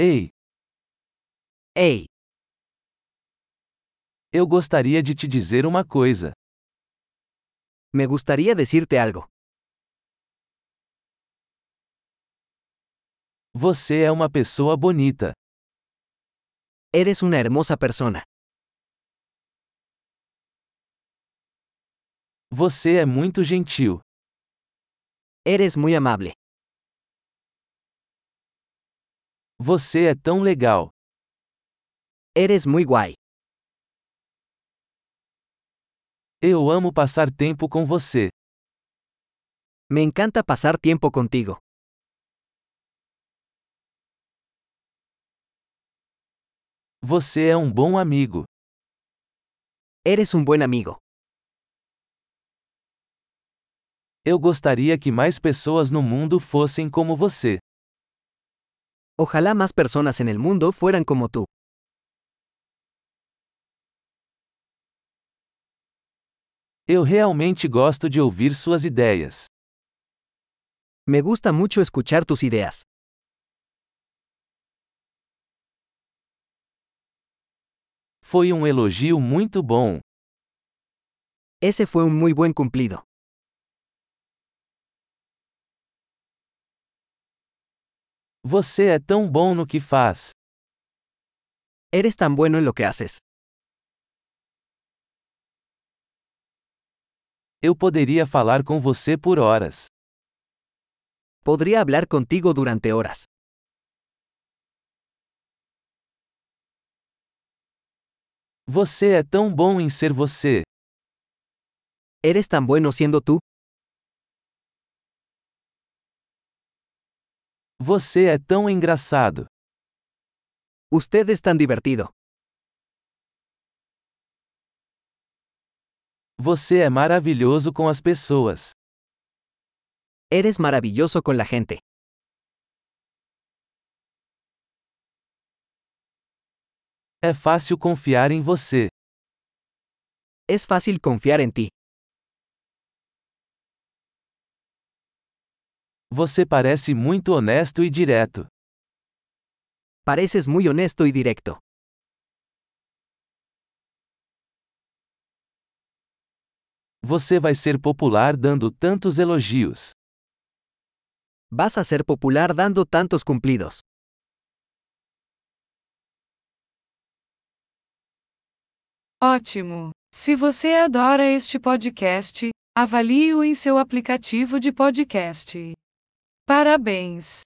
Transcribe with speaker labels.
Speaker 1: Ei,
Speaker 2: Ei,
Speaker 1: eu gostaria de te dizer uma coisa.
Speaker 2: me gustaría decirte algo.
Speaker 1: Você é uma pessoa bonita.
Speaker 2: Eres una hermosa persona.
Speaker 1: Você é muito gentil.
Speaker 2: Eres muy amable.
Speaker 1: Você é tão legal.
Speaker 2: Eres muy guay.
Speaker 1: Eu amo passar tempo com você.
Speaker 2: Me encanta pasar tiempo contigo.
Speaker 1: Você é um bom amigo.
Speaker 2: Eres un buen amigo.
Speaker 1: Eu gostaria que mais pessoas no mundo fossem como você.
Speaker 2: Ojalá más personas en el mundo fueran como tú.
Speaker 1: Eu realmente gosto de ouvir suas ideias.
Speaker 2: Me gusta mucho escuchar tus ideas.
Speaker 1: Foi um elogio muito bom.
Speaker 2: Ese fue un muy buen cumplido.
Speaker 1: Você é tão bom no que faz.
Speaker 2: Eres tan bueno en lo que haces.
Speaker 1: Eu poderia falar com você por horas.
Speaker 2: Podría hablar contigo durante horas.
Speaker 1: Você é tão bom em ser você.
Speaker 2: Eres tan bueno siendo tú.
Speaker 1: Você é tão engraçado.
Speaker 2: Usted es tan divertido.
Speaker 1: Você é maravilhoso com as pessoas.
Speaker 2: Eres maravilloso con la gente.
Speaker 1: É fácil confiar em você.
Speaker 2: Es fácil confiar en ti.
Speaker 1: Você parece muito honesto e direto.
Speaker 2: Pareces muy honesto y directo.
Speaker 1: Você vai ser popular dando tantos elogios.
Speaker 2: Vas a ser popular dando tantos cumplidos.
Speaker 3: Ótimo! Se você adora este podcast, avalie-o em seu aplicativo de podcast. Parabéns!